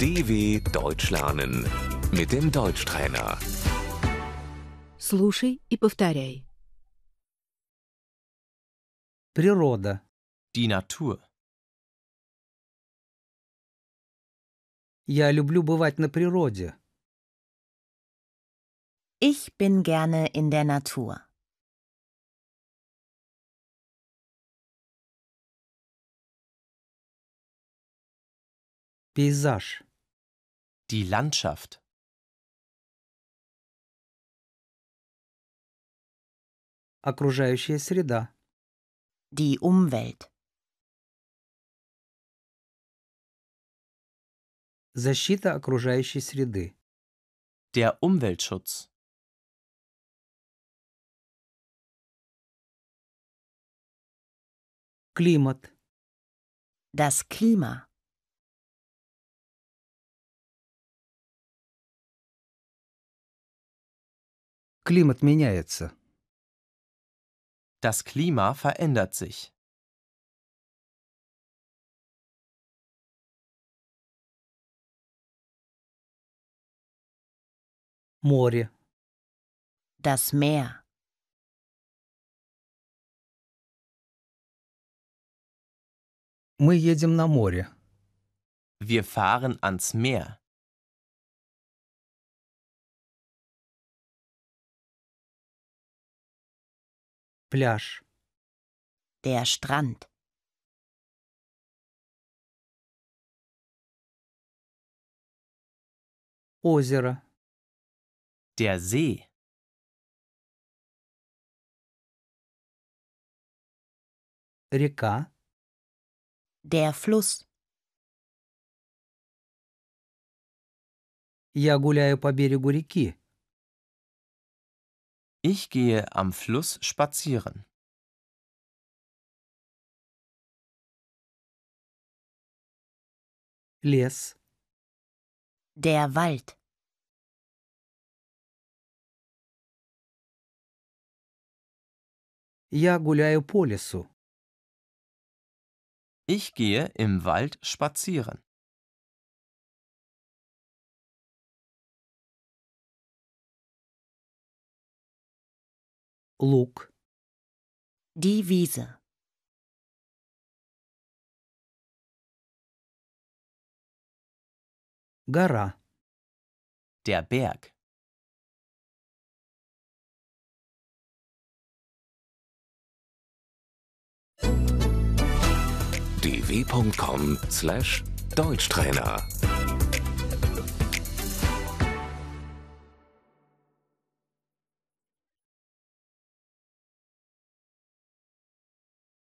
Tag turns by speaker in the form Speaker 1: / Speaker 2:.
Speaker 1: DW Deutsch lernen mit dem Deutschtrainer.
Speaker 2: Слушай и повторяй.
Speaker 3: Природа.
Speaker 4: Die Natur.
Speaker 3: Я люблю бывать на природе.
Speaker 5: Ich bin gerne in der Natur.
Speaker 3: Пейзаж.
Speaker 4: Die Landschaft.
Speaker 3: Окружающая среда.
Speaker 5: Die Umwelt.
Speaker 3: Защита окружающей среды.
Speaker 4: Der Umweltschutz.
Speaker 3: Климат.
Speaker 5: Das Klima.
Speaker 3: Климат меняется.
Speaker 4: Das Klima verändert sich.
Speaker 3: Море.
Speaker 5: Das Meer.
Speaker 3: Мы едем на море.
Speaker 4: Wir fahren ans Meer.
Speaker 3: Пляж.
Speaker 5: Der Strand.
Speaker 3: Озеро.
Speaker 4: Der See.
Speaker 3: Река.
Speaker 5: Der Fluss.
Speaker 3: Я гуляю по берегу реки.
Speaker 4: Ich gehe am Fluss spazieren.
Speaker 3: Лес.
Speaker 5: Der Wald.
Speaker 3: Я гуляю по лесу.
Speaker 4: Ich gehe im Wald spazieren.
Speaker 3: Луг.
Speaker 5: Die Wiese.
Speaker 3: Гора.
Speaker 4: Der Berg.
Speaker 1: dw.com/deutschtrainer